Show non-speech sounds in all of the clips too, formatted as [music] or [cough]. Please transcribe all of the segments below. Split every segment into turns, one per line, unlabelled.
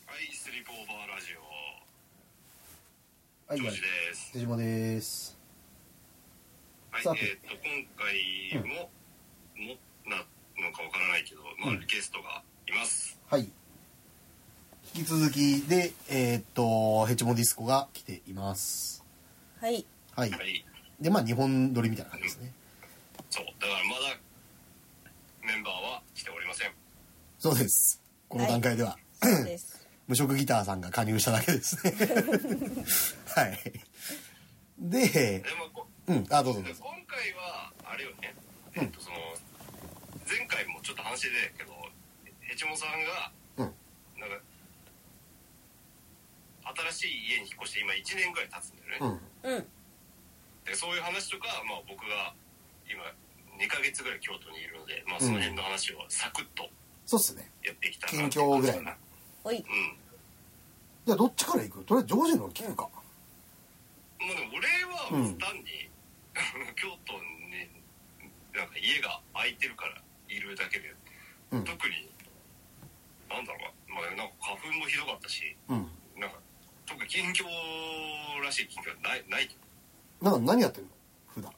プオーバーラジオ
はい、
ジョ
は
ー
い
ジ。です
手島です。
はい
さて
えーっと今回も、もなのかわからないけど、まあ
うん
ゲストがいます
はい。引き続きで、えーっと、ヘチモディスコが来ています。
はい。
はい
は。い
で、まあ、日本撮りみたいな感じですね。
そうだからまだメンバーは来ておりません
そうです。この段階では、
そうです。
無職ギターさんが加入しただけです [laughs] ね。はい。で、
でもこ
うん、あ、どうぞ
今
どうぞ。
回はあれよねえーっとその前回もちょっと話してたけどヘチモさんが
うん。
なんか新しい家に引っ越して今1年ぐらい経つんだよね、
うん。
うん。
でそういう話とか、まあ、僕が今2ヶ月ぐらい京都にいるので、まあ、その辺の話をサクッと
そうっすね。
やっていきたい
近況ぐらい
うん
な
おい。
じゃあ、どっちから行くとりあえず、ジョージの聞くか。
もうでも俺は
うん
単に、 [laughs] 京都になんか家が空いてるからいるだけで、
うん
特になんだろうな,、まあ、なんか花粉もひどかったし
うん。
なんか特に近況らしい近況はないないけど
なんか何やってんの普段。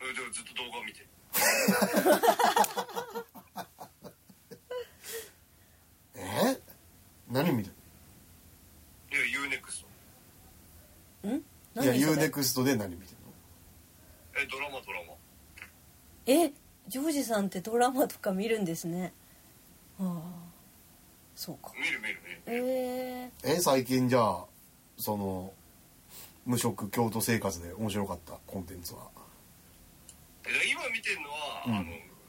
うんでもずっと動画を見てる
えー、何見てる
いや UNEXT
ん
いや、
何
ユ
そ
ーネ
れ
クストで何見てるの
えドラマドラマ
え、ジョージさんってドラマとか見るんですね。ああ。そうか。
見る見る見る
ええ
え最近じゃあその無職京都生活で面白かったコンテンツは
で今見てるのは、
うん
あの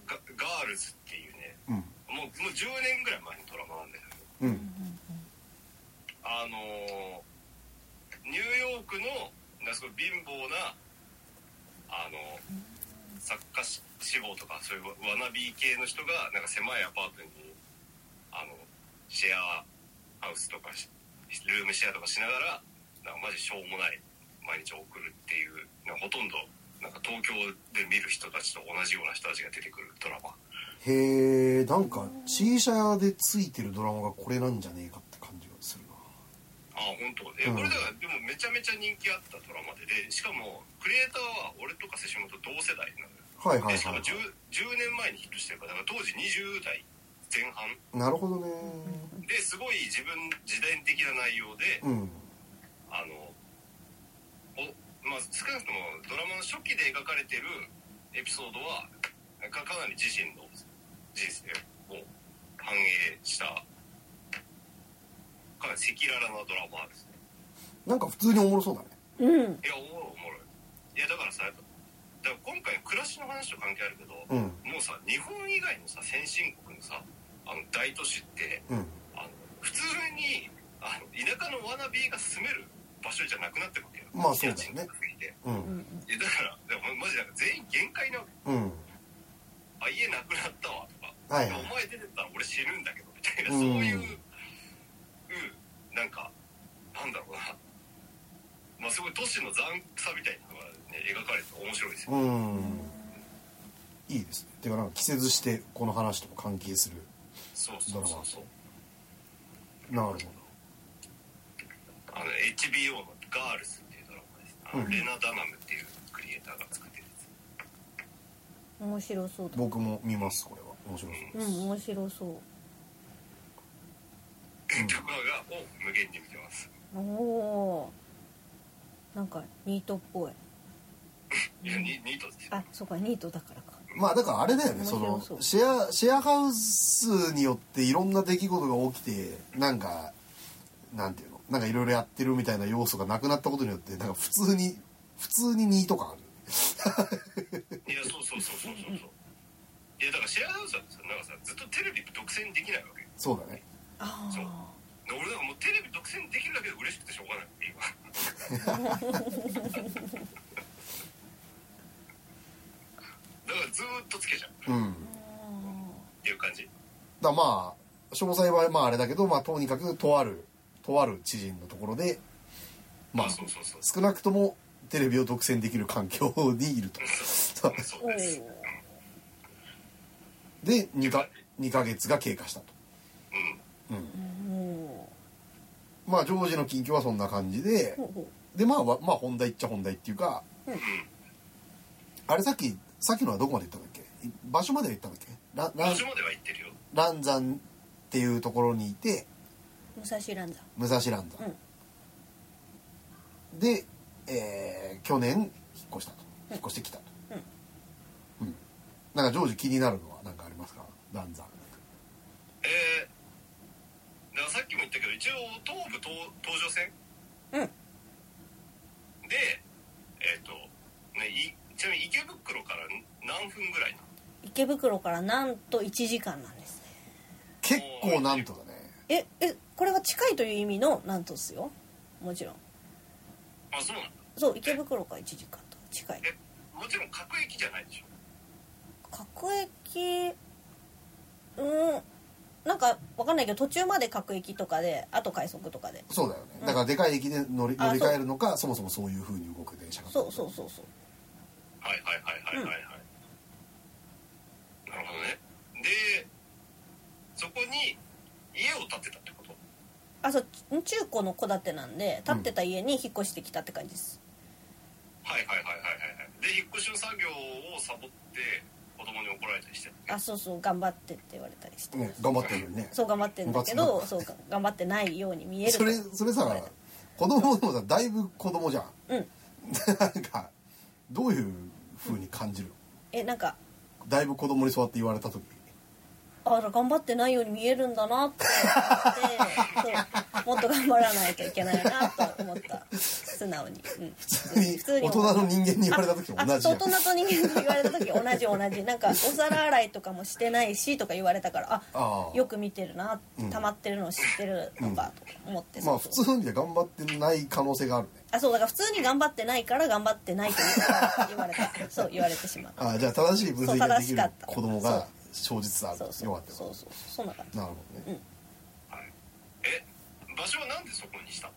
ガガールズっていうね
うん
もうもう10年ぐらい前のドラマなんだけど
うん
あのーニューヨークのなんかすごい貧乏なあの作家し志望とかそういうわわなび系の人がなんか狭いアパートにあのシェアハウスとかしルームシェアとかしながらなんかマジしょうもない毎日を送るっていうなんかほとんどなんか東京で見る人たちと同じような人たちが出てくるドラマ。
へえなんか C 社でついてるドラマがこれなんじゃねえかって感じがするな
あ本当え
うん
これだからでもめちゃめちゃ人気あったドラマででしかもクリエイターは俺とか瀬島と同世代なのよ
はいはい
でしか
は
も
い、は
10, 10年前にヒットしてるからだから当時20代前半
い、なるほどね
ですごい自分自伝的な内容で
うん
あのお、まあ、少なくともドラマの初期で描かれてるエピソードはかかなり自身の人生を反映したかなり赤裸々なドラマですね
なんか普通におもろそうだね
うん。
いやおもろいおもろいいやだからさやっぱだから今回の暮らしの話と関係あるけど、
うん
もうさ日本以外のさ先進国のさあの大都市って
うん
あの普通にあの田舎のワナビーが住める場所じゃなくなってるわけよ
まあそうだよね
家賃が過ぎて
う
うんん。
いやだからでもマジなんか全員限界なわけ
うん
あ家なくなったわとか、
はい
いや
は
お
い
前出てったら俺死ぬんだけどみたいな、
うん
そういう、うん、なんかなんだろうなまあすごい都市の残酷さみたいなのが、ね、描かれて面白いですよ、
うんいいですねてかなんか季節してこの話とも関係する
そうそうそうそう
なるほど
あの HBO の「ガールズ」っていうドラマですあの、
うん
レナ・ダナムっていうクリエイターが作ってるやつ
面白そうだ。
僕も見ますこれは面白そう
うん、面白そう。
とかがを無限に見てます
おおー。なんかニートっぽい。
いやニニートって
あ、そうか、ニートだからか。
まあだからあれだよね
面
そ
白
の
そう
シェアシェアハウスによっていろんな出来事が起きてなんかなんていうのなんかいろいろやってるみたいな要素がなくなったことによってなんか普通に普通にニート感ある
いやそうそうそうそうそうそういやだからシェアハウスはさなんかさずっとテレビ独占できないわけよ
そうだね
あ
そう
あ。
で俺なんかもうテレビ独占できるだけで嬉しくてしょうが [laughs] ない今だからずーっとつけちゃうっ
うん
ていう感じ
だからまあ詳細はまああれだけどまあとにかくとあるとある知人のところでまあ
そうそうそう
少なくともテレビを独占できる環境にいると
そうそう
おお
で。す
で2か二ヶ月が経過したと
うん
おお。
まあジョージの近況はそんな感じで
ほうほ
でまあわまあ本題っちゃ本題っていうかあれさっきさっきのはどこまで行ったんだっけい場所までは行ったんだっけら
場
ら
所までは行ってるよ
蘭山っていうところにいて
う武蔵蘭山
武蔵蘭山、で、えー去年引っ越したと引っ越してきたとうん、なんか常時気になるのは何かありますか蘭山
えー、だからさっきも言ったけど一応東武東東上線
うん
でえっ、とねいちなみに池袋から何分ぐらいなの
池袋からなんと1時間なんです
結構なんとかね
ねええこれは近いという意味のなんとですよもちろん
あそうなんだ
そう池袋から1時間と近い
えもちろん各駅じゃないでしょ
各駅うんなんかわかんないけど途中まで各駅とかであと快速とかで
そうだよね
うん
だからでかい駅で乗り
あ
乗り換えるのかそもそもそういう風に動く電車が
そうそうそうそう
はいはいはいはいはいはい、なるほどねでそこに家を建てたってこと
あそう中古の戸建てなんで建ってた家に引っ越してきたって感じです、
はいはいはいはいはいはいで引っ越しの作業をサボって子供に怒られたりしてる
あそうそう頑張ってって言われたりして、
うん頑張ってるよね
そう頑張ってんだけど
頑張って
そうか頑張ってないように見える
それそれさ子供でもさだいぶ子供じゃん [laughs]
うん
なんかどういう風に感じる
えなんか
のだいぶ子供にそうやって言われた時
あら頑張ってないように見えるんだなって思ってそうもっと頑張らないといけないなと思った素直に、うん、
普通に大人の人間に言われた時も
あ
同じじ
そう
ゃ
大
ん
人と人間と言われた時同じ同じなんかお皿洗いとかもしてないしとか言われたからあ
ああ
よく見てるな
うん
溜まってるのを知ってるのかと思って、
まあ
そ
普
うそう
通の意味で頑張ってない可能性があるね
あそうだから普通に頑張ってないから頑張ってないと言うから言われたそう言われてしまう
ああじゃあ正しい分析ができる子供
そう
が生じつつある
そうそう
よかった
そう
よ
そうそんな感じ
なるほどね
え場所はなんでそこにしたの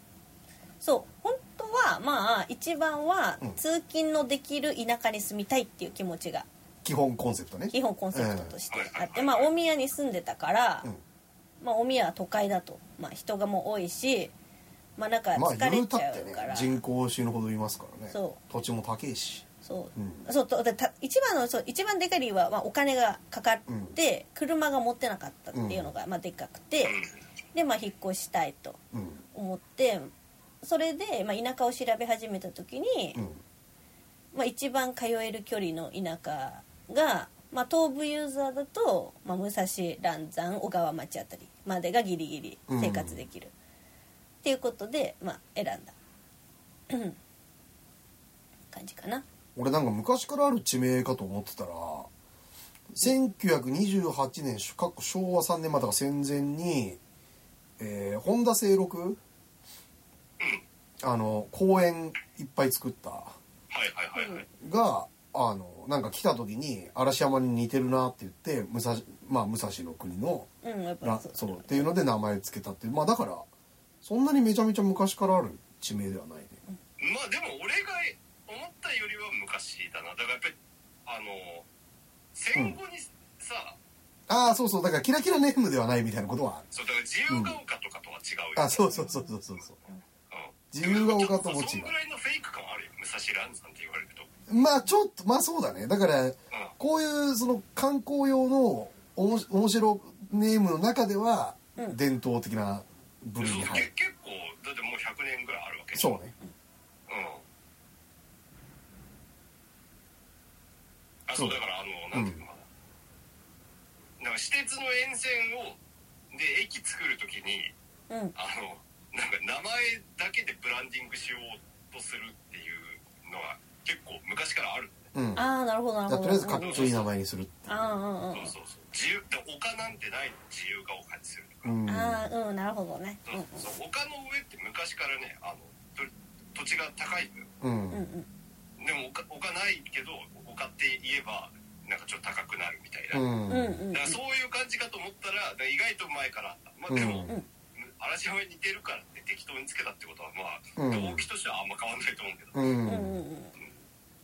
そう本当はまあ一番は
うん
通勤のできる田舎に住みたいっていう気持ちが
基本コンセプトね
基本コンセプトとしてあっ
う
て
ん
まあ大宮に住んでたから、
うん
まあ大宮は都会だと、まあ、人がもう多いしまあなんか
まあ
疲
言
れ
うた
ち
っ
ゃ
て
う
ね
から、
人口死ぬほどいますからね
そう
土地も高いし
そう,、
うん
そうとでた一番のそう一番でかい理由は、まあ、お金がかかって、車が持ってなかったっていうのが、まあ、でかくて、で、まあ、引っ越したいと
うん
思ってそれで、まあ、田舎を調べ始めた時に、
うん
まあ、一番通える距離の田舎が、まあ、東武ユーザーだと、まあ、武蔵蘭山小川町あたりまでがギリギリ生活できる、っていうことで、まあ、選んだ [coughs] うん感じかな
俺なんか昔からある地名かと思ってたら1928年かっこ昭和3年またが戦前に、えー本田清六あの公園いっぱい作った
はいはいはいはい、
があのなんか来た時に嵐山に似てるなって言って武蔵,、まあ、武蔵の国の
うんやっぱ
ら
りそう
そうっていうので名前つけたっていうまあだからそんなにめちゃめちゃ昔からある地名ではないね。
まあでも俺が思ったよりは昔だなだからやっぱりあの戦後にさ、
ああそうそうだからキラキラネームではないみたいなことはある
そうだから自由が丘とかとは違うよ、ね
あそうそうそうそうそうそう
うん
自由が丘とも違う
そんぐらいのフェイク感はあるよ武蔵蘭山って言われると
まあちょっとまあそうだねだからこういうその観光用のおもし面白ネームの中では
うん
伝統的な部
うん
類
そう
に入る、
け結構だってもう100年ぐらいあるわけじゃん
そうね
うんあそうだからあのなんていうのかな,、なんか私鉄の沿線をで駅作るときに
うん
あのなんか名前だけでブランディングしようとするっていうのは結構昔からある
うん
ああなるほどな
だ
る
からと
ほど
りあえずかっこいい名前にするって
ああうんうん
そうそうそう自由だ丘なんてないの自由が丘にするとか、
うん
ああうんなるほどねうん
そうそう丘の上って昔からねあのと土地が高いのよ
う
うん
ん
うんうん
でも丘丘ないけど丘って言えばなんかちょっと高くなるみたいうな、
ん
うんうんうん
だからそういう感じかと思ったらだから意外と前からあったまあでも、
うん
嵐山に似てるからって適当につけたってことはまあ、
うん
動機としてはあんま変わんないと思うけど、
う
うんんう
うん
うんん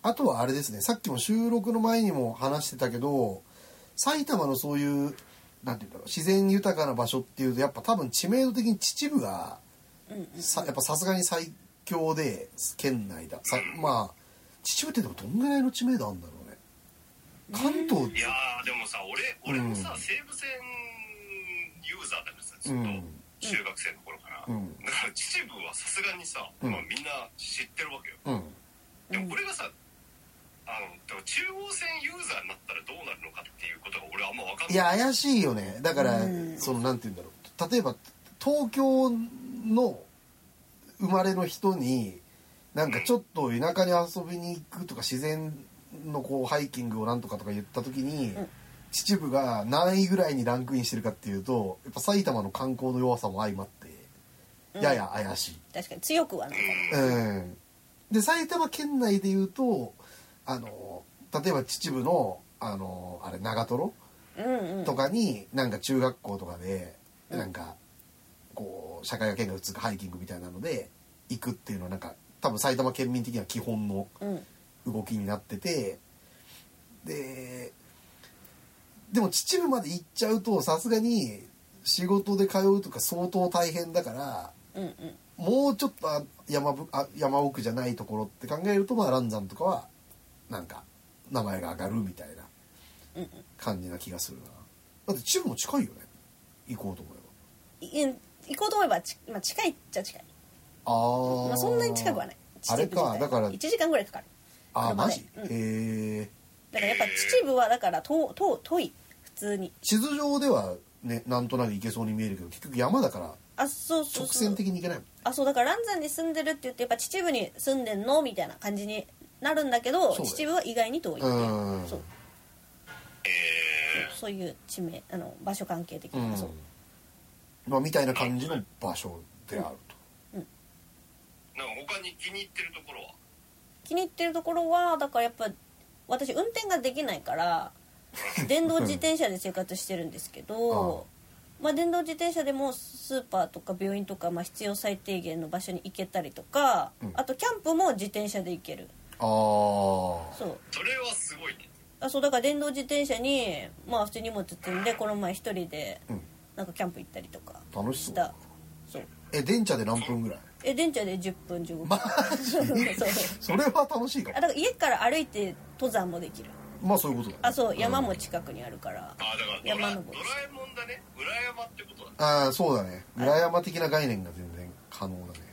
あとはあれですねさっきも収録の前にも話してたけど埼玉のそういうなんていうんだろう自然豊かな場所っていうとやっぱ多分知名度的に秩父が
うんうん
さやっぱさすがに最強で県内ださまあ秩父ってでもどんぐらいの知名度あるんだろうね関東
いやーでもさ俺俺もさ、
うん
西武線ユーザーだったんですずっ
う
と、
ん
中学生の頃から、
うん
だから秩父はさすがにさ、
うん
まあ、みんな知ってるわけよ
うん
でも俺がさあのだから中央線ユーザーになったらどうなるのかっていうことが俺あんま分かん
い
ない
や怪しいよねだから、
うん
そのなんて言うんだろう例えば東京の生まれの人になんかちょっと田舎に遊びに行くとか自然のこうハイキングをなんとかとか言った時に、
うん
秩父が何位ぐらいにランクインしてるかっていうとやっぱ埼玉の観光の弱さも相まって
うん
やや怪しい。
確かに強くはない
うん、で埼玉県内でいうとあの例えば秩父のあのあれ長瀞
うんうん
とかになんか中学校とかでなんかこう社会科見学つうかハイキングみたいなので行くっていうのはなんか多分埼玉県民的な基本の
うん
動きになっててででも秩父まで行っちゃうとさすがに仕事で通うとか相当大変だから
うんうん
もうちょっとあ山ぶあ山奥じゃないところって考えるとまあ嵐山とかはなんか名前が上がるみたいな
うんうん
感じな気がするなだって秩父も近いよね行こうと思
い行こうと思えばち、まあ、近いっちゃ近い
えばああ、
まあ、そんなに近くはない
あれか
秩父自体
だから
1時間ぐらいかかる
あー
車
マ
で
ジ、
うん
へえ
だからやっぱ秩父はだから遠遠遠い普通に
地図上ではねなんとなく行けそうに見えるけど結局山だから
あそうそうそう
直線的に行けないもん
あそうだから嵐山に住んでるって言ってやっぱ秩父に住んでんのみたいな感じになるんだけ
そう
ど
だよ
秩父は意外に遠いっていう
うん
そう
えー
そういう地名あの場所関係的
う
な、
ん
そう
まあみたいな感じの場所であると、
なんか他に気に入ってるところは
気に入ってるところはだからやっぱ私運転ができない
[laughs]
から電動自転車で生活してるんですけど、まあ、電動自転車でもスーパーとか病院とか、まあ、必要最低限の場所に行けたりとか、
うん
あとキャンプも自転車で行ける
ああ
そう
それはすごいね
あそうだから電動自転車にまあ普通に荷物積んでこの前一人で
うん
なんかキャンプ行ったりとか
楽し
し
そう
たそう
え電車で何分ぐらい
え電車で10分15分、そう
[laughs] それは楽しいかも
あだから家から歩いて登山もできる
まあそういうことだ、ね、
あそう山も
ん
近くにあるから、
あだからド
山
ラ
登
ド
り
ラえもんだね裏山ってことだね
ああそうだね裏山的な概念が全然可能だね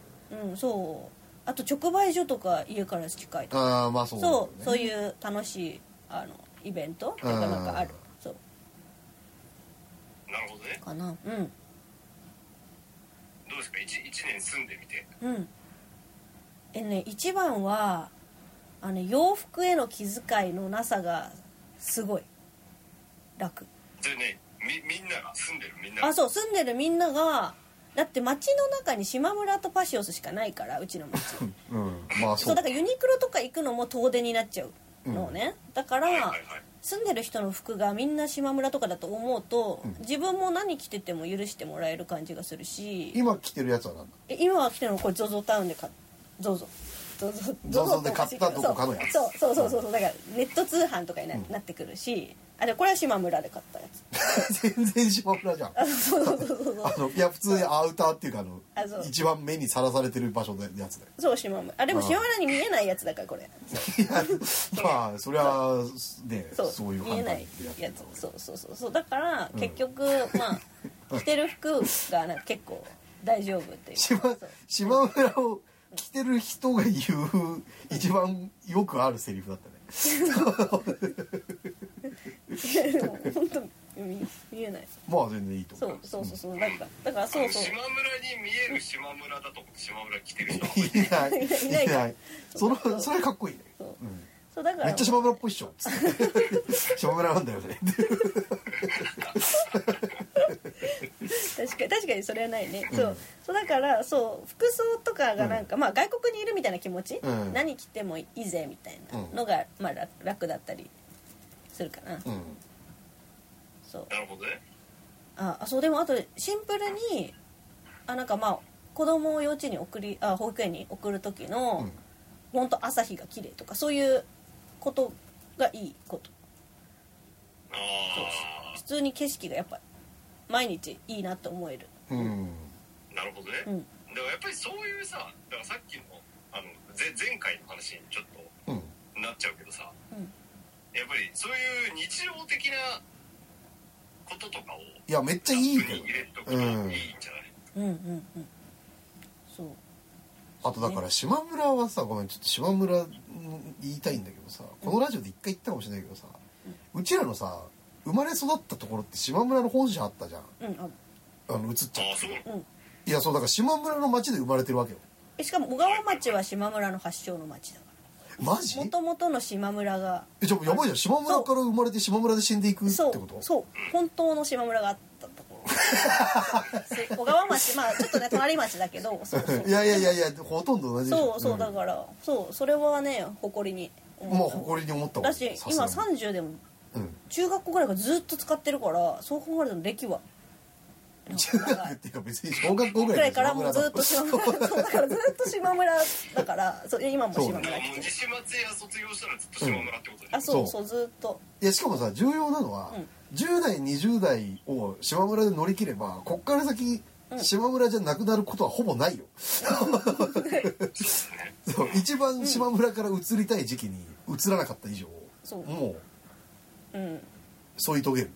うんそうあと直売所とか家から近いとか
ああまあそうだ
そ
よ
う
ね
そういう楽しいあのイベント
うん
なかなかあるそう
なるほどね
かなうん
どうですか 1, 年住んでみて
うんえね一番はあの洋服への気遣いのなさがすごい楽
それねみみんなが住んでるみんなが
あそう住んでるみんながだって街の中に島村とパシオスしかないからうちの街
うんまあ
そ
そう
うだからユニクロとか行くのも遠出になっちゃうのね、だから、
はいはいはい
住んでる人の服がみんな島村とかだと思うと、自分も何着てても許してもらえる感じがするし
今着てるやつは
[laughs]
何だ
え今は着てるのこれ ZOZO タウンで買っ ZOZO ZOZO
ZOZO で買ったどこかのやつ
そうそうそうそうそうだからネット通販とかにな,、ってくるしあでこれは島村で買ったやつ
全然島村じゃんあ
そうそうそうそ
の
う
いや普通にアウターっていうかあの
あそう
一番目にさらされてる場所のやつだよ
そう島村あでも島村に見えないやつだからこれ
いや [laughs] まあそれはね
そう
そういう
見え
判
な
断
い
でやって
や
るんだろう
つそうそうそうそうだから結局、ま
[laughs]
あ着てる服がなんか結構大丈夫っていう
島
そう
島村を着てる人が言う一番よくあるセリフだったね
いやでも本当見見えない
まあ全然いいと
そ
思
う
う
そうそうそうだからだからそうそう
島村に見える島村だと思って島村来てる
[laughs]
人が多い
いない
いない
いないその
そうそう
それかっこいいね
そう
うん
そうだから
めっちゃ島村っぽいっしょつって [laughs] 島村なんだよね
確かに確かにそれはないね、そうそうだからそう服装とかがなんか、まあ外国にいるみたいな気持ち、
うん
何着てもいいぜみたいな
うん
のが、まあ楽楽だったりするかな、
うん
そう
なるほどね
ああそうでもあとシンプルにあなんかまあ子供を幼稚園に送りあ保育園に送る時の、
うん
本当朝日が綺麗とかそういうことがいいこと
あ
普通に景色がやっぱ毎日いいなと思える
うん
あなるほどね、
うん
だだからやっぱりそういうさだからさっきのあのぜ前回の話にちょっと
うん
なっちゃうけどさ
うん
やっぱりそういう日常的なこととかを
いやめっち
タ
ゃいい
ップ
け
に
ど
入れとくといいんじゃない、
うんうんうんそう
あとだから島村はさごめんちょっと島村ん言いたいんだけどさこのラジオで一回言ったかもしれないけどさうちらのさ生まれ育ったところって島村の本社あったじゃん
うんあ
あの移っちゃ
ああそうなの
うん
ういやそうだから島村の町で生まれてるわけよ
えしかも小川町は島村の発祥の町だか
マジ
らもともとの島村が
えじゃあやばいじゃん島村から生まれて島村で死んでいくって
そ
こ
う
と
そう本当の島村があったところせ小川町まあちょっとね隣町だけどそうそう
[laughs] いやいやいやいやほとんど同じでしょ
そうそうだから、そうそれはね誇りに
うんま
思った
あ誇りに思ったわ
だし
さ
今
すがに
30でも
うん [laughs]
中学校ぐらいからずっと使ってるからそう考えると歴は
中学っていうか別に小学校ぐ
く
ら
ら
い
いからもうずっと島村そうだからずっと島村だからそう今も島村
だから
来
もう
てる
西松屋卒業したらずっと島村ってことで、
あそう
そ
そううずっと
いやしかもさ重要なのは、
うん
10代20代を島村で乗り切ればこっから先、
うん
島村じゃなくなることはほぼないよ、
そうね
そう一番島村から移りたい時期に移らなかった以上、
そう
もう
うん
添い遂げる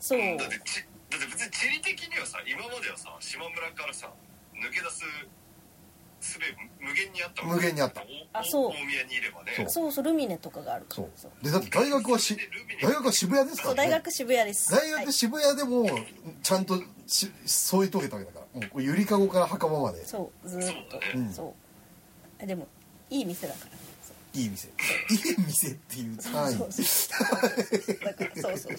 そう
だってちだって別に地理的にはさ今まではさ島村からさ抜け出すすべ無限にあった
無限にあった
お
あそう
お大宮にいればね
そう
そうそうルミネとかがあるか
そ
ら
うでだって大学はし大学は渋谷ですか
そう
ら、
大
ね、
学渋谷です
大
はい
学渋谷でもうちゃんとし添い遂げたわけだからもうゆりかごから墓場まで
そうずーっと
そうだね
うん
そうあでもいい店だからそ
いい店いい店っていう単
う
位
そうそうだからそうそうそう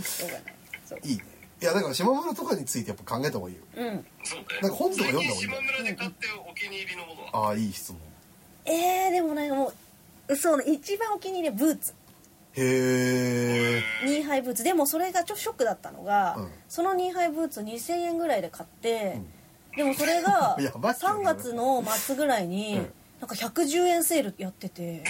しょうがないそう
いいねいやだから島村とかについてやっぱ考えた方がいいよ
うん
そうね
なんか本とか読んだ方がい
最近
い
島村で買ってお気に入りのものは
ああいい質問
えー、でもなんかもうそうね一番お気に入りはブーツ
へえ
ニーハイブーツでもそれがちょっとショックだったのが、
うん
そのニーハイブーツ2000円ぐらいで買って、
う
でもそれが
やばいっすね
3月の末ぐらいに、
うん
なんか110円セールやってて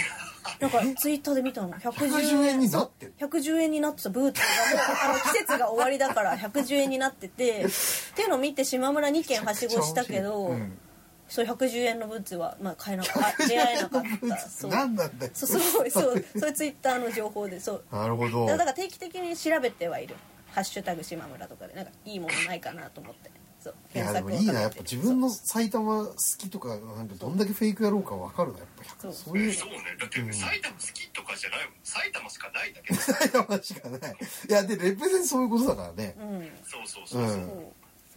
なんかツイッターで見たの
110
110
円
円
になってる
110円になってたブーツがもうあの季節が終わりだから110円になっててっていうのを見て島村2軒はしごしたけど、
うん
そう110円のブーツは、まあ、買えなかった出会えなかったそう
何なんだよ
そうすごいそうそれツイッターの情報でそう
なるほど
だから定期的に調べてはいる「ハッシュタグ島村」とかでなんかいいものないかなと思ってそう
いやでもいいなやっぱ自分の埼玉好きとかなんかどんだけフェイクやろうか分かるなやっぱ
そう
そういう
そうねだって
うん
埼玉好きとかじゃないもん埼玉しかないだけでそう
埼玉しかないいやでレプゼンそういうことだからね
うん
そうそうそう、
うん
そう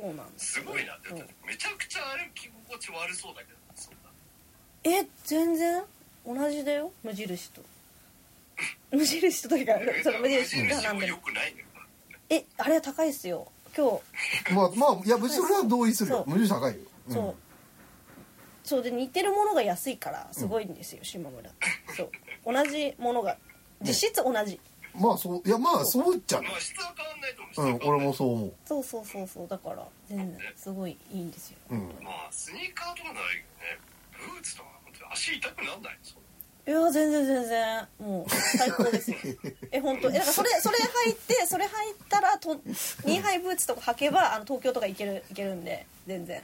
そうなんです
すごいなって
うん
めちゃくちゃあれ着心地悪そうだけどなそんな
え全然同じだよ無印と [laughs] 無印というかその無印がなん
も
で
よ
も
くないのよ
えあれは高いっすよ今日
まあまあいや別にそれは同意するよ
そう
無理高いようん
そう、そうで似てるものが安いからすごいんですよ、島村そう同じものが実質同じ、
まあそういやまあそうっちゃ
まあ質は変わんないと思う質
う
は
ん
変わん
俺
ない
もそう思う
そうそうそうそうだから全然すごいいいんですよ
うん
まあスニーカーとかならいいけどねブーツとか本当に足痛くなんないそう
いや全然全然もう最高で
[laughs]
すよえ本当えだからそれそれ履いてそれ履いたらとニーハイブーツとか履けばあの東京とか行ける行けるんで全然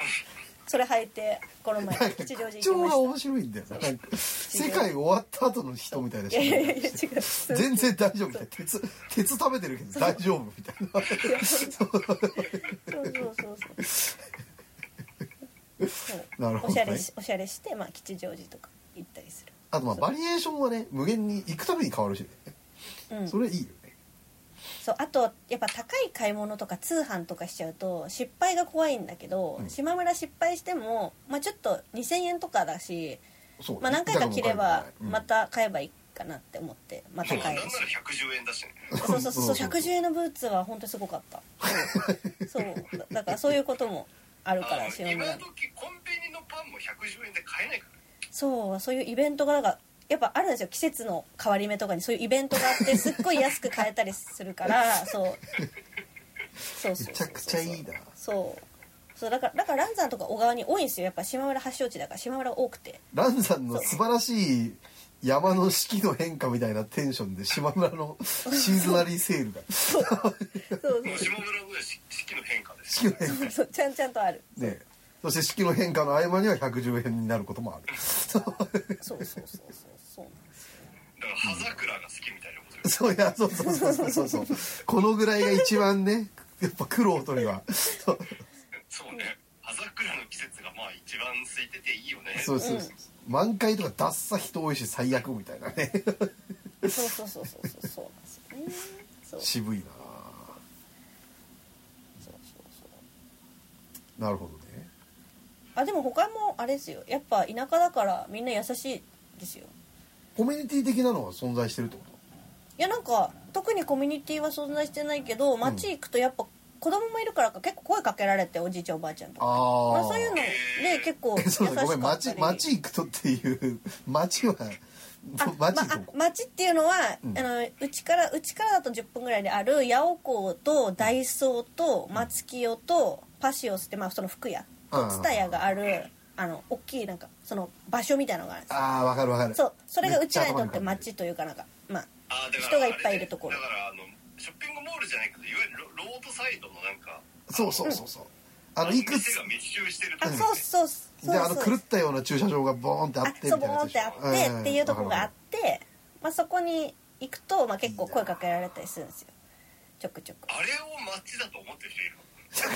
それ履いてこの前
[laughs] なんか
吉祥寺
口調が
行きま
面白いんだよななんか世界終わった後の人みたいな
したいやいや
人
いや違う
全然大丈夫みたいな鉄鉄食べてるけど大丈夫みたいな
そうそうそうそうそう
なるほどね
おしゃれしおしゃれして、まあ、吉祥寺とか行ったりする
あとまあバリエーションはね無限に行くたびに変わるしね
うん
それいいよね
そうあとやっぱ高い買い物とか通販とかしちゃうと失敗が怖いんだけど、
うん
島村失敗しても、まあ、ちょっと2,000円とかだし、
そうね
まあ、何回か着れば
うん
また買えばいいかなって思ってまた
そうなん
買え
な
る
ら
し。
110円だしね
そうそうそ
そ
うそうう
そう
110円のブーツは本当にすごかったそうそうだだからそういうこともあるから
あの
島
今
村
時コンビニのパンも110円で買えないから
そうそういうイベントがなんかやっぱあるんですよ季節の変わり目とかにそういうイベントがあってすっごい安く買えたりするからそうそうそうそうそう
めちゃくちゃいいな
そうそうだからだからランザンとか小川に多いんですよやっぱ島村発祥地だから島村が多くて
ランさんの素晴らしい山の四季の変化みたいなテンションで島村のシーズナリーセールが
そうそ
島
う
村のねし四季の変化です
四季の変化
[laughs] そうそうちゃんちゃんとある
ねそして式の変化の合間には110円になることもある
そうそうそうそうそうなんです
だ
よ
から葉桜が好きみたいなことです
そういやそうそうそうそうそうそうこのぐらいが一番ねやっぱ苦労とにはそう
そうね葉桜の季節がまあ一番空いてていいよね
そうそうそう満開とかダッサ人多いし最悪みたいなね
そうそうそうそうそうそうなんですよねそうそう
渋い
そうそう
ななるほどね
あでも他もあれですよやっぱ田舎だからみんな優しいですよ
コミュニティ的なのは存在してるってこ
いやなんか特にコミュニティは存在してないけど街行くとやっぱ子供もいるからか結構声かけられておじいちゃんおばあちゃんと
と
か、
あ
ま
あ
あ、そういうので結構優
え [laughs]
し
そうだごめん
かった
町
り
町行くとっていう [laughs] 町は
あまあ
町行
あ
こう
町っていうのは、
うん
あのうちからうちからだと10分ぐらいである八百港とダイソーと松清とパシオスって、まあ、その服屋
うん
ツタヤがあるあの大きいなんかその場所みたいなのがあるんですよ
ああわかるわかる
そうそれがうちらにとって
めっち
町というかなんかまあ
あーだから
人がいっぱいいるところ
あれねだからあのショッピングモールじゃないけどいわゆるロロードサイドのなんか
そうそうそうそうあのいくつ
店が密集してると
あ
ころ
そうそうそう
であの
そう
狂ったような駐車場がボーンってあっ
あ
て
そう
み
ボ
たいな
ーン
や
っ
つで
て
し
あ
ょ
ってっていうとこがあっ
ん
て、まあ、そこに行くと、まあ、結構声かけられたりするんですよちょくちょく
あれを街だと思ってる人いるの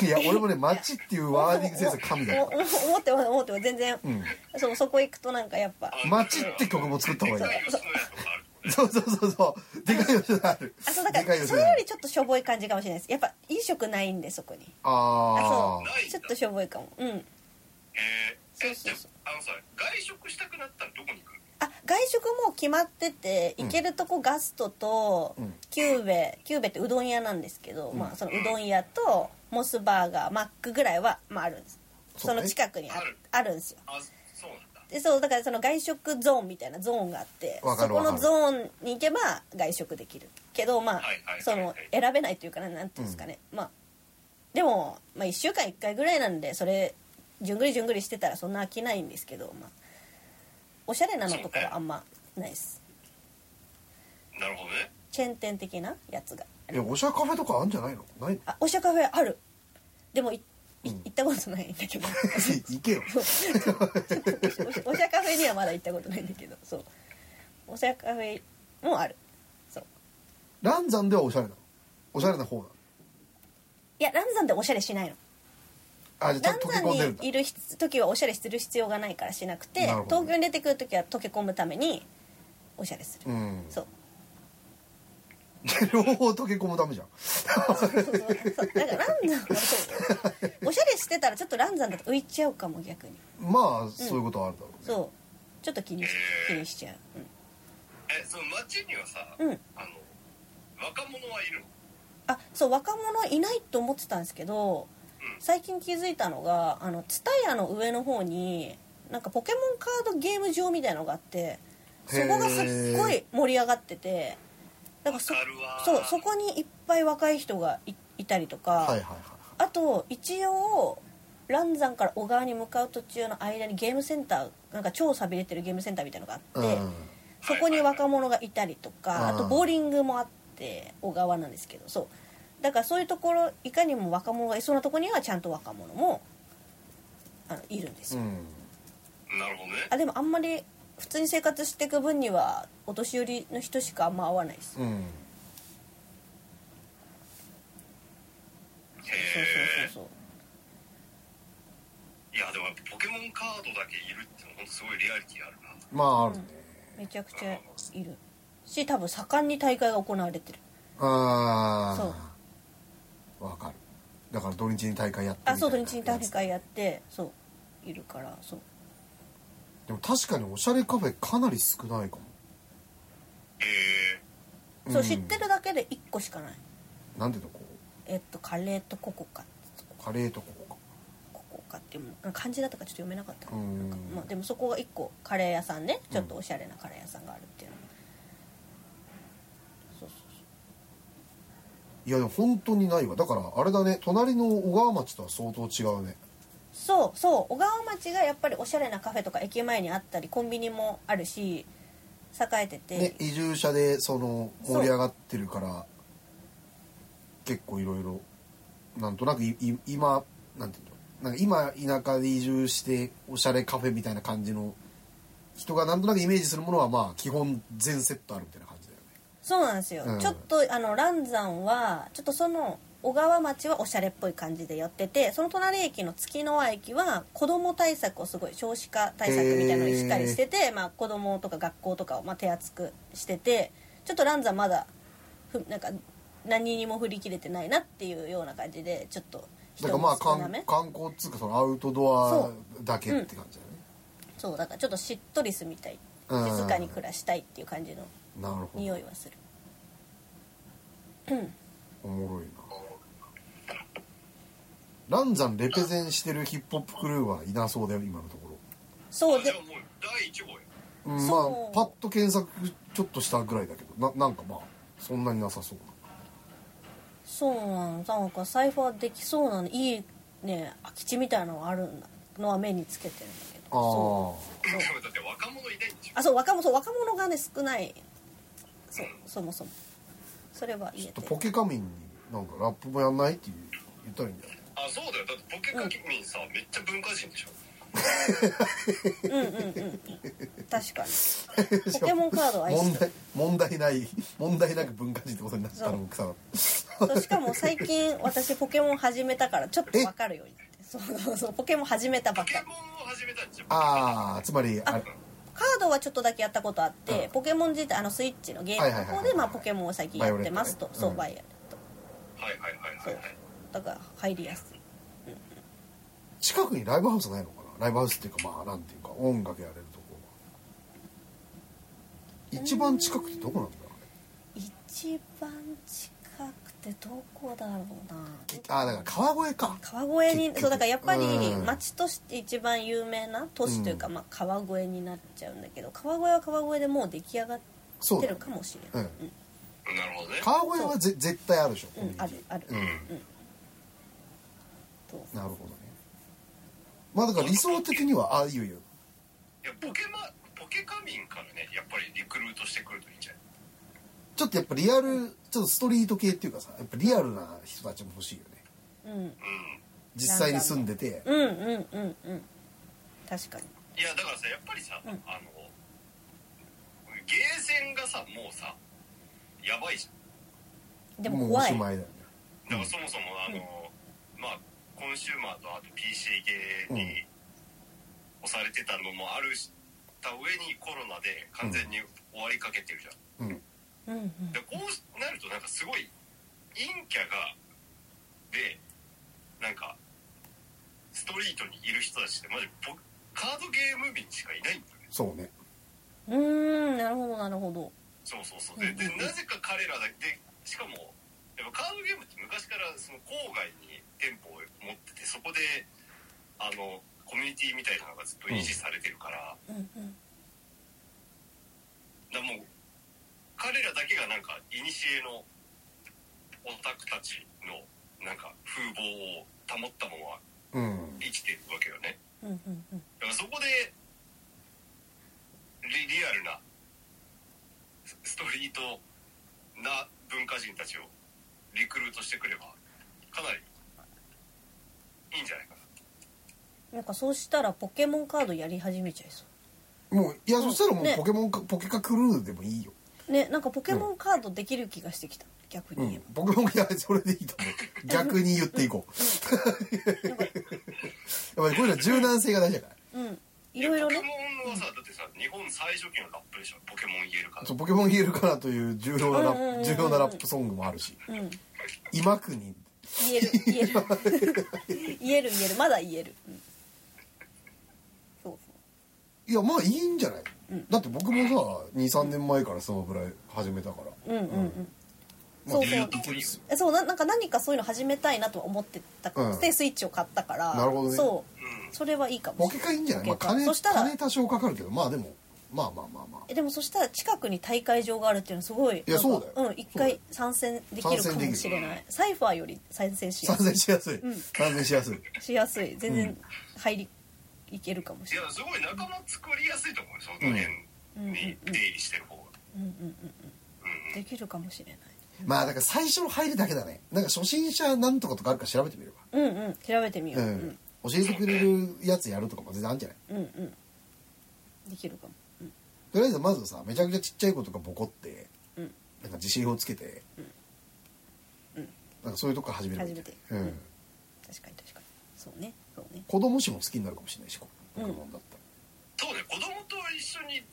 いや俺もね町っていうワーディングセンス神だ
おお
よ
思ってます思ってます全然、
うん
そうそこ行くとなんかやっぱ
あ
町って曲も作った方
で
がい
か
い
い吉野家とかあるとこね
そうそうそうそうでかい吉野ある
あそうだ
で
か
からい吉
そ
野
れ
あ
よ
る
りちょっとしょぼい感じかもしれないですやっぱ飲食ないんでそこに
あ
あ
あ
そうちょっとしょぼいかもうん
えー、えじ
そう
ゃ
そうそう
ああのさ外食したくなったらどこに行くの
あ外食もう決まってて行けるとこガストと
うん
キューベキューベってうどん屋なんですけど、まあそのうどん屋とモスバーガーマックぐらいは、まあ、あるんです
そ
そう
ね
の近くにあ
ある
あるんですよ
あそうなんだ
でそうだからその外食ゾーンみたいなゾーンがあって
わか
そ
る
こ
わか
の
る
ゾーンに行けば外食できるけどまあ、
はいはいはい
その選べないというかななんていうんですかね、まあでも、まあ、1週間1回ぐらいなんでそれじゅんぐりじゅんぐりしてたらそんな飽きないんですけど、まあ、おしゃれなのとかはあんまないです
なるほどね
チェーン店的なやつが
えおしゃカフェとかあるんじゃないのない [laughs] の
あおしゃカフェあるでもいい
うん
行ったことないんだけど [laughs]
行けよ [laughs]
おしおしゃカフェにはまだ行ったことないんだけどそうおしゃカフェもあるそう
ランザンではおしゃれなのおしゃれな方なの
いやランザンでおしゃれしないの
あじゃあちゃ
ラン
んと溶け
ザン
込んでるんだ
にいる時はおしゃれする必要がないからしなくて
なるほど
東京に出てくる時は溶け込むためにおしゃれする、
うん [laughs]
そう
両方溶け込むためじゃん
そうそうそうだからランザンはそうおしゃれしてたらちょっとランザンだと浮いちゃうかも逆に
まあそういうことはあるだろうね、
そうちょっと気にし気にしちゃう
えその街にはさ、
うん、うん、
あの若者はいるの
あそう若者いないと思ってたんですけど
うん
最近気づいたのがあの TSUTAYA の上の方になんかポケモンカードゲーム場みたいのがあってそこがすっごい盛り上がっててだからそ
わかるわ
そうそこにいっぱい若い人がいいたりとか、
はいはいはい
あと一応ランザンから小川に向かう途中の間にゲームセンターなんか超さびれてるゲームセンターみたいのがあって、
うん
そこに若者がいたりとか
うん
あとボーリングもあって小川なんですけどそうだからそういうところいかにも若者がいそうなところにはちゃんと若者もあのいるんです
う
よ、
ん
なるほどね
あでもあんまり普通に生活していく分にはお年寄りの人しかあんま会わないです、
うん
へ
そうそうそうそう
えいやでもやっぱポケモンカードだけいるっていうのは本当すごいリアリティあるな
まああるね、
めちゃくちゃいるし多分盛んに大会が行われてる
ああわかるだから土日に大会やってみたい
あ
な
そう土日に大会やってそういるからそう
でも確かにおしゃれカフェかなり少ないかも
へえ
そう、
ん
知ってるだけで1個しかない
なんていうのこ
えっとカレーとココカ
うカレーとここか
ここかっていうもう漢字だったかちょっと読めなかったな
うん
なんか、まあ、でもそこが1個カレー屋さんでちょっとおしゃれなカレー屋さんがあるっていうの、そうそう
いやでも本当にないわだからあれだね隣の小川町とは相当違うね
そうそう小川町がやっぱりおしゃれなカフェとか駅前にあったりコンビニもあるし栄えてて、
ね移住者でその
そう
盛り上がってるから結構いろいろなんとなくいい今なんていうのなんか今田舎で移住しておしゃれカフェみたいな感じの人がなんとなくイメージするものはまあ基本全セットあるみたいな感じだよね
そうなんですよ、
うん
ちょっとあの蘭山はちょっとその小川町はおしゃれっぽい感じでやっててその隣駅の月の輪駅は子ども対策をすごい少子化対策みたいなのにしっかりしてて、まあ、子どもとか学校とかをまあ手厚くしててちょっと蘭山まだふなんか何にも振り切れてないなっていうような感じでちょっと
だからまあ
少
観
なめ
観光っつうかそのアウトドアだけって感じだよね、
そうだからちょっとしっとり住みたい
うん
静かに暮らしたいっていう感じの
なるほ
匂
ど
いはする
おもろいなランザンレペゼンしてるヒップホップクルーはいなそうだよ今のとこ
そう
じ
で
ゃあもう第1号よ
ろ、うん、まあ
そう
パッと検索ちょっとしたぐらいだけどななんかまあそんなになさそう
そうなのなんかサイファーできそうなのいいね空き地みたいなのがあるんだのは目につけてるんだけ
なああ
ど
でもだって若者いないんでしょ
あそう若者そう若者がね少ないそうそもそもそれは言
ちょ
え
っと
て
ポケカミンになんかラップもやんないっていう言ったらいいんじゃない
あそうだよだってポケカキミンさ、めっちゃ文化人でしょ
うんうんうんうん確か
[laughs]
にポケモンカードを愛
問
して
題問題ない問題なく文化人ってことになった
そ
の
う
草だ
そうしかも最近私ポケモン始めたからちょっと分かるようになってそうそうそうポケモン始めたば
ポ
っ
ケ
か
モンを始めたんじゃん
ああつまりあれ
カードはちょっとだけやったことあって、
うん
ポケモン自体あのスイッチのゲームの
はいはい
方
はいは
で
い
まあポケモンを最近やってますと、
バイオレットね
そううんバイオレット
はいはいはいはいはい
だから入りやすい
近くにライブハウスないのかなライブハウスっていうかまあなんていうか音楽やれるとこは一番近くってどこなんだ
一番近くてどこだろうな
きああだから川越か
川越
結
に
局
そうだからやっぱり
うん
町として一番有名な都市というか、
う
まあ、川越になっちゃうんだけど川越は川越でもう出来上がっ
そう
て
だ
る
ね
かもしれない、
う
なるほどね
川越はぜ絶対あるでしょ
うん
コミュニティ
あるある
うん
と
なるほどねまあだから理想的にはああいうよ
いやポケマポケカミンからねやっぱりリクルートしてくるといいんじゃない
ちょっとやっぱリアルちょっとストリート系っていうかさやっぱリアルな人たちも欲しいよね
うん、
実際に住んでて
うんうんうんうん確
うんい
かに
やだからさやっぱりさ、
うん
あのゲーセンがさもうさやばいじゃん
で
もう
も
お
怖い
しまいだよね
だからそもそもあの、まあコンシューマーとあと PC 系に押されてたのもあるした上にコロナで完全に終わりかけてるじゃん、
うん
うんうん
でこうなるとなんかすごい陰キャがでなんかストリートにいる人たちってマジポカードゲーム民しかいないんだよね
そうね
うーんなるほどなるほど
そうそうそうでで
うんうんうん
なぜか彼らだけでしかもやっぱカードゲームって昔からその郊外に店舗を持っててそこであのコミュニティみたいなのがずっと維持されてるから,、
うんうん
だからもう彼らだけがなんか古のオタクたちのなんか風貌を保ったまま
うん
生きてるわけよね
うんうんうん
だからそこでリリアルなスストリートな文化人たちをリクルートしてくればかなりいいんじゃないかな
なんかそうしたらポケモンカードやり始めちゃいそ
もういやそしたらもう
ね
ポケモンか、ポケカクルーでもいいよ、
うねなんかポケモンカードできる気がしてきた逆
う
に言え
ん、ポケモンいやそれでいいと思う逆に言っていこうやっぱりこういうのは柔軟性が大事だから
ばうん、いろいろ
ポケ
ね
モンはさだってさ日本最初期のラップでしょポケモン言えるから
そうポケモン言えるからという重要なラップ
うんうんうんうん
重要なラップソングもあるし
うん
今国
言える言
[laughs]
える言える言えるまだ言える、うん、そう
いやまあいいんじゃない、
うん
だって僕もさ23年前からスマブラ始めたから、
そううんうんうん
まあ
そうそう
いけるっすよ
えそうななんか何かそういうの始めたいなとは思ってたから、
うん
でスイッチを買ったから
なるほどね
そう
うん
それはいいかも
ポ
し
ケカい
れない
いんじゃない、まあ、
ポケカ
金
そしたら
金多少かかるけどまあでもまあまあまあまあ
えでもそしたら近くに大会場があるっていうのはすごい
いやそうだよ
なんかん一回参戦できるかもしれ
参戦
ないサイファーより参戦しや
参
す
戦
い
しやすい
うん
参戦しやすい
しやすい全
う
然
ん
入り、いけるかもし
い
れない
やすごい仲間作りやすいと思うよその辺に出入りしてる方が
うんうんうん
うん
できるかもしれない
まあだから最初の入りだけだねなんか初心者なんとかとかあるか調べてみれば
うんうん調べてみよう、
う
うんん
教えてくれるやつやるとかも全然あるんじゃない
うんうんできるかも
とりあえずまずさめちゃくちゃちっちゃい子とかボコって
うん
なんか自信をつけて、
うん
なんかそういうとこから始める
始
う
めて
ん
うん確かに確かにそうねそうね
子供誌も好きになるかもしれないしこ
うん
ポケモンだった
そうね子供と一緒に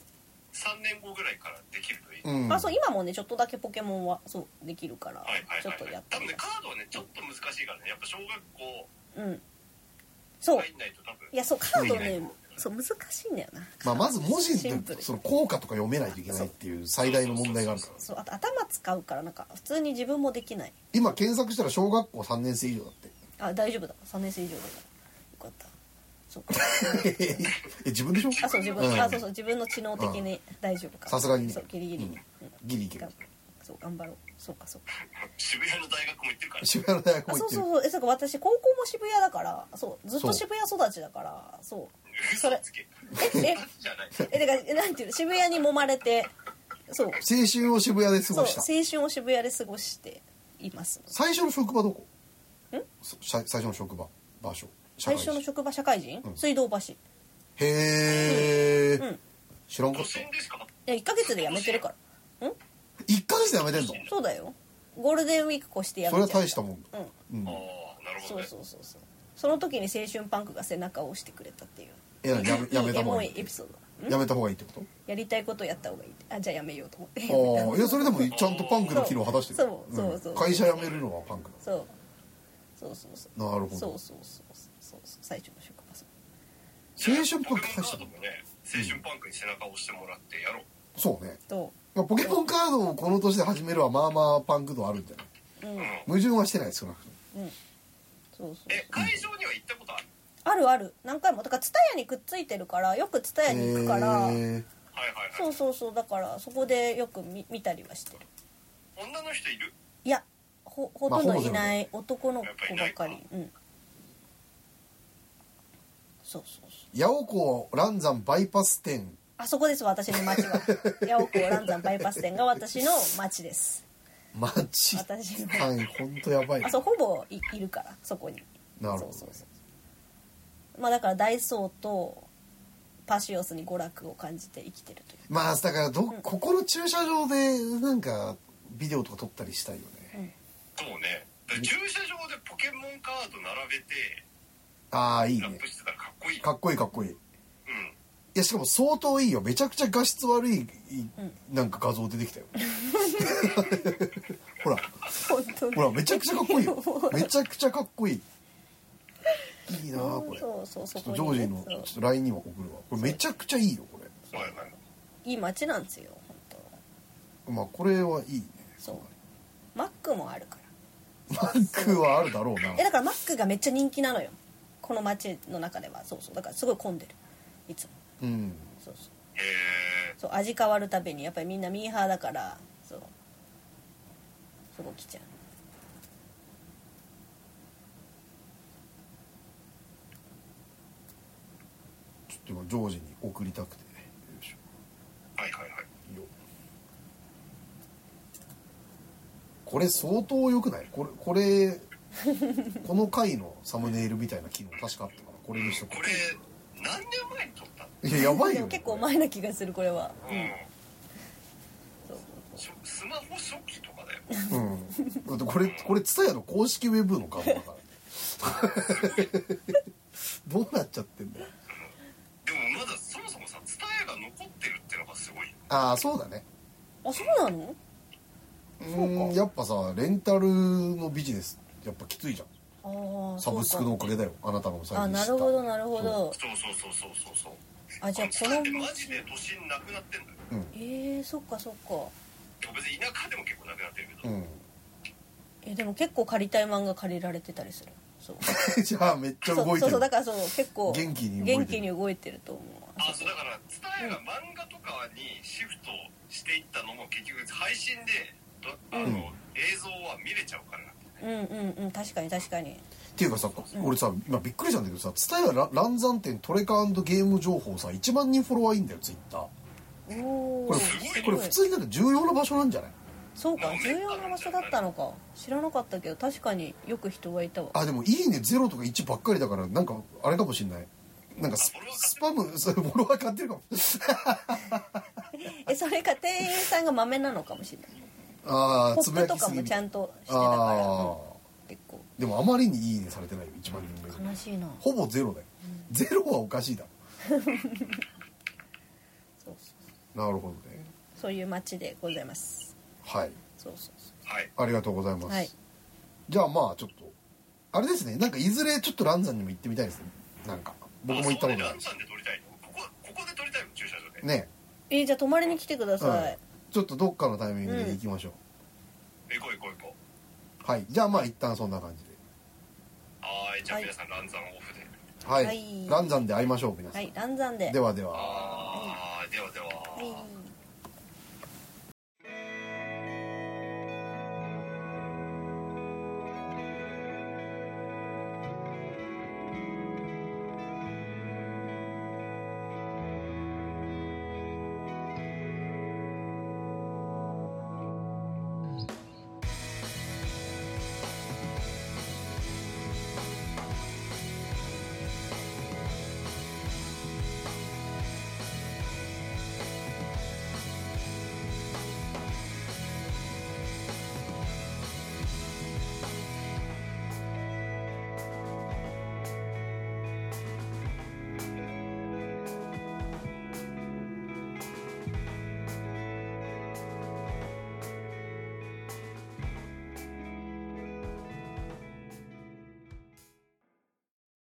3年後ぐらいからできるといい、
ら、うん
あそう今もねちょっとだけポケモンはそうできるから
はいはい
ちょ
は
っと
い、は
やっ
い、
て
多分
み
ね
ま
カードはねちょっと難しいからねやっぱ小学校
すうんそう
入んないと多分
いやそうカードね
うん
そう難しいんだよな
まあ、まず文字
シンプ
って
ル
その効果とか読めないといけないっていう最大の問題があるから
そうあと頭使うからなんか普通に自分もできない
今検索したら小学校3年生以上だ
[laughs]
って
あ大丈夫だ3年生以上だからよかったそう
え自分でしょ
あそう自
う
分、
ん
あそうそう自分の知能的に大丈夫か
さすがにね
そうギリギリ、
うん
うん
ギリいける
がそう頑張ろうそうかそうか
渋谷の大学も行ってるから
渋谷の大
あ
学行
そう
って
そ
る
うそうえそうか私高校も渋谷だからそうずっと渋谷育ちだからそう
[laughs]
それ
嘘つけ
ええ
じゃない
えだからなんていうの渋谷に揉まれてそう
青春を渋谷で過
そう
ご
青
した
春を渋谷で過ごしています
最初の職場どこ
ん
そ最最初の職場場所社
最
会人
初の職場社会人、
うん
水道橋い
へえ、
うん
知らんか
都
った
心でしか
や1ヶ月で辞めてるから
1ヶ月で辞めてんの
そうだよゴールデンウィーク越して辞め
それ
ちゃ
は
った
大したもんだ
うん
うん
ああなるほ
そ
ど
う
ね
そうそうそうその時に青春パンクが背中を押してくれたっていう
いややめやめた方
エモ
がい
い
い
エピソードだん
やめた方がいいってこと
やりたいことやった方がいいってあじゃあやめようと思って
ああいやそれでもちゃんとパンクの機能を果たしてる
そうそうそうそうん
会社辞めるのはパンクだ
そうそうそうそう
なるほ
そう
ど
そうそうそうそう最初の職場そう
青春パンク
ポケモ
大
ンカ
した
ード
もん
もね青春パンクに背中を押してもらってやろう
そうね
と
まあポケモンカードをこの年で始めるはまあまあパンク度あるんじゃない
うん
うん
矛盾はしてない少なくとも
そうそう
え会場には行ったことある
あるある何回もだから蔦屋にくっついてるからよく蔦屋に行くか
はい
へえ
ら、
はい
そ
は
うそうそうだからそこでよく見見たりはしてる
い女の人いる
いやほほとんどいない男の子ばかりうんそうそうそう
八百子蘭山バイパス店
あそこです私の町
[laughs]
は八百蘭山バイパス店が私の町です
マジ
私の
単位ほんとやばい
あそうほぼいいるからそこに
なるほどね
そうそうそうまあだからダイソーとパシオスに娯楽を感じて生きてるという
まあだからどここの駐車場でなんかビデオとか撮ったりしたいよね
そうねだから駐車場でポケモンカード並べて
ああいい
ラッ
ね
プしてたらかっこいい
かっこいいかっこいいい
うん
やしかも相当いいよめちゃくちゃ画質悪い
ん
なんか画像出てきたよ [laughs] ほら
本当に
ほらめちゃくちゃかっ
[laughs]
こいいよめちゃくちゃかっこいいいいなあこれちょ
そうそうそ
っと
こ
ジョージ
に
の
ね
ちょっ
そ
と LINE にも送るわこれめちゃくちゃいいよこれ
はいはいう
いい街なんですよ本当
まあこれはいいね
そうマックもあるか
マックはあるだろうな
らえだからマックがめっちゃ人気なのよこの街の中ではそうそうだからすごい混んでるいつも
うん
そうそう
へえ
そう味変わるたびにやっぱりみんなミーハーだからそうすごい来ちゃう
ちょっと今ジョージに送りたくてよいしょ
はいはいはい
よこれ相当良くないこれこれこの回のサムネイルみたいな機能確かあったからこれにしとこ
これ何年前に撮ったの
ういややばい
で
よ、
も
ね、
結構前な気がするこれは
う
うん
ん
そう
しょスマホ初期とかだよ
うんだってこれこれツタヤの公式ウェブの顔だからどうなっちゃってんだよ
でもまだそもそもさ伝えが残ってるってのがすごいよ
ああそうだね
あそうなの
う
そう
ーん
か
やっぱさレンタルのビジネスやっぱきついじゃん
ああ
サブスクのおかげだよあなたの最
あ
近知っ
な
た
るほどなるほど
そうそうそうそうそうそう
あじゃあこ
だって
の
マジで都心なくなってんだよ
えー、そっかそっか
別に田舎でも結構なくなってるけ
う
ど、
ん [laughs]
えでも結構借りたい漫画借りられてたりするそう
じゃあめっちゃ動いてる
そうそうそうだからそう結構
元気に動いてる
元気に動いてると思う
あそうだから伝えが漫画とかにシフトしていったのも結局配信でどあの、
うん
映像は見れちゃうから
うんうんうん確かに確かに
っていうかさ、俺さ今びっくりしたんだけどさ蔦屋ら乱山店トレカゲーム情報さ1万人フォロワーいいんだよツイッター
おお
これ
すごいね
これ普通になんか重要な場所なんじゃない
そうか重要な場所だったのか知らなかったけど確かによく人はいたわ
あでも「いいね」0とか1ばっかりだからなんかあれかもしんないなんかス
あフォロワー
スパム [laughs] それフォロワー買ってるかも
えそれか店員さんがマメなのかもしれない
あ
ポ
あつ
ッ
ぶや
プと
き
か
すぎ
も
る
ちゃんとしてたから、うん
あ
結構
ーでもあまりに「いいね」されてないよ1万人目
悲しいな
ほぼゼロだよゼロはおかしいだろ
そうそう
なるほどね
そういう街でございます
はい
そうそうそ
はい
ありがとうございます、
うはい
じゃあまあちょっとあれですねなんかいずれちょっとランザンにも行ってみたいですねなんか僕も行ったことな
あそう
い
ねランさんで撮りたいのここここで撮りたいの駐車場で
ね
えーじゃあ泊まりに来てください、
ちょっとどっかのタイミングで行きましょう、
行こう行こう行こう
はいじゃあまあ一旦そんな感じで
はーいじゃあ
はい
皆さん、ランザンオフで
はい、
はい
ランザンで会いましょう皆さん、
はいランザンで
ではでは
あーではでは、
はい